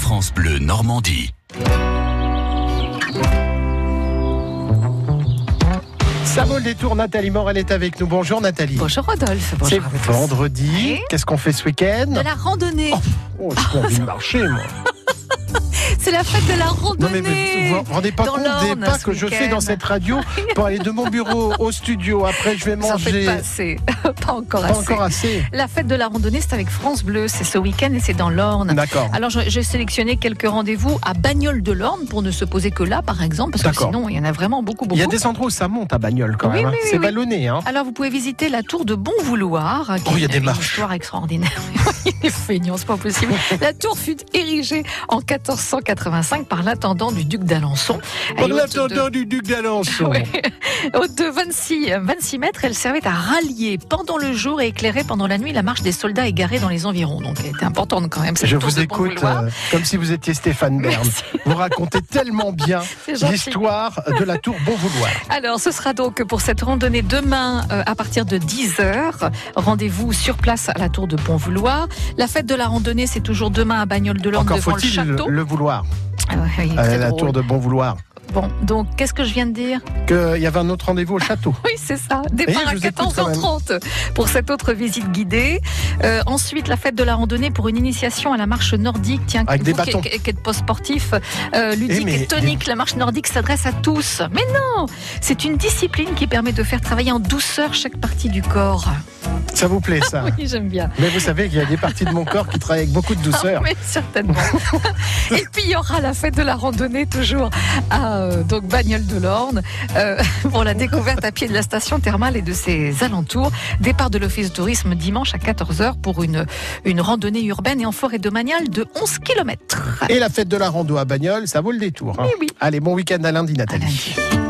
France Bleu Normandie. Ça vaut le détour, Nathalie Mort, elle est avec nous. Bonjour Nathalie. Bonjour Rodolphe. C'est Bonjour à vous tous. vendredi. Oui. Qu'est-ce qu'on fait ce week-end De la randonnée. Oh, j'ai envie de marcher, moi. C'est la fête de la Non, mais, randonnée. mais vous vous rendez pas Dans compte des l'Orne, pas ce que je fais week-end. dans cette radio pour aller de mon bureau au studio. Après, je vais Vous en faites manger. pas assez. pas encore Pas assez. encore assez. La fête de la randonnée, c'est avec France Bleu. C'est ce week-end et c'est dans l'Orne. D'accord. Alors, je- j'ai sélectionné quelques rendez-vous à Bagnoles de l'Orne pour ne se poser que là, par exemple, parce que D'accord. sinon, il y en a vraiment beaucoup, beaucoup. Il y a des endroits où ça monte à bagnole quand Oui, même. hein. oui, oui, C'est oui. ballonné, hein. Alors, vous pouvez visiter la tour de Bonvouloir, qui Oh, il y a est des une marches. histoire extraordinaire. il est feignant, c'est pas possible. La tour fut érigée en 1485 par l'intendant du duc d'Alençon. Elle est haute de- du duc d'Alençon. Ouais. Haute de 26, euh, 26 mètres, elle servait à rallier pendant le jour et éclairer pendant la nuit la marche des soldats égarés dans les environs. Donc elle était importante quand même. cette Je tour vous de écoute Montbéliard. euh, comme si vous étiez Stéphane Bern. Merci, Vous racontez tellement bien c'est gentil. l'histoire de la tour Bonvouloir. Alors ce sera donc pour cette randonnée demain euh, à partir de 10h. Rendez-vous sur place à la tour de Bonvouloir. La fête de la randonnée, c'est toujours demain à bagnoles de l'Orne Encore devant le faut-il le, château. le vouloir, Ah ouais, il est euh, très la drôle. tour de Bonvouloir. Bon, donc qu'est-ce que je viens de dire Qu'il y avait un autre rendez-vous au château. Oui, c'est ça. Et Départ à je vous écoute quand même. 14h30 pour cette autre visite guidée. Euh, ensuite, la fête de la randonnée pour une initiation à la marche nordique. Tiens, Avec des vous qui- bâtons. Qui, qui êtes pas sportif, euh, ludique Eh, mais- et tonique, la marche nordique s'adresse à tous. Mais non C'est une discipline qui permet de faire travailler en douceur chaque partie du corps. Ça vous plaît ça Oui, Ah, j'aime bien. Mais vous savez qu'il y a des parties de mon corps qui travaillent avec beaucoup de douceur. Mais certainement. Et puis il y aura la fête de la randonnée toujours à euh, donc Bagnoles de l'Orne euh, pour la découverte à pied de la station thermale et de ses alentours. Départ de l'office de tourisme dimanche à 14h pour une une randonnée urbaine et en forêt domaniale de 11 km. Et la fête de la rando à Bagnoles, ça vaut le détour. hein. Eh Oui oui. Allez, bon week-end à lundi, À Nathalie. lundi.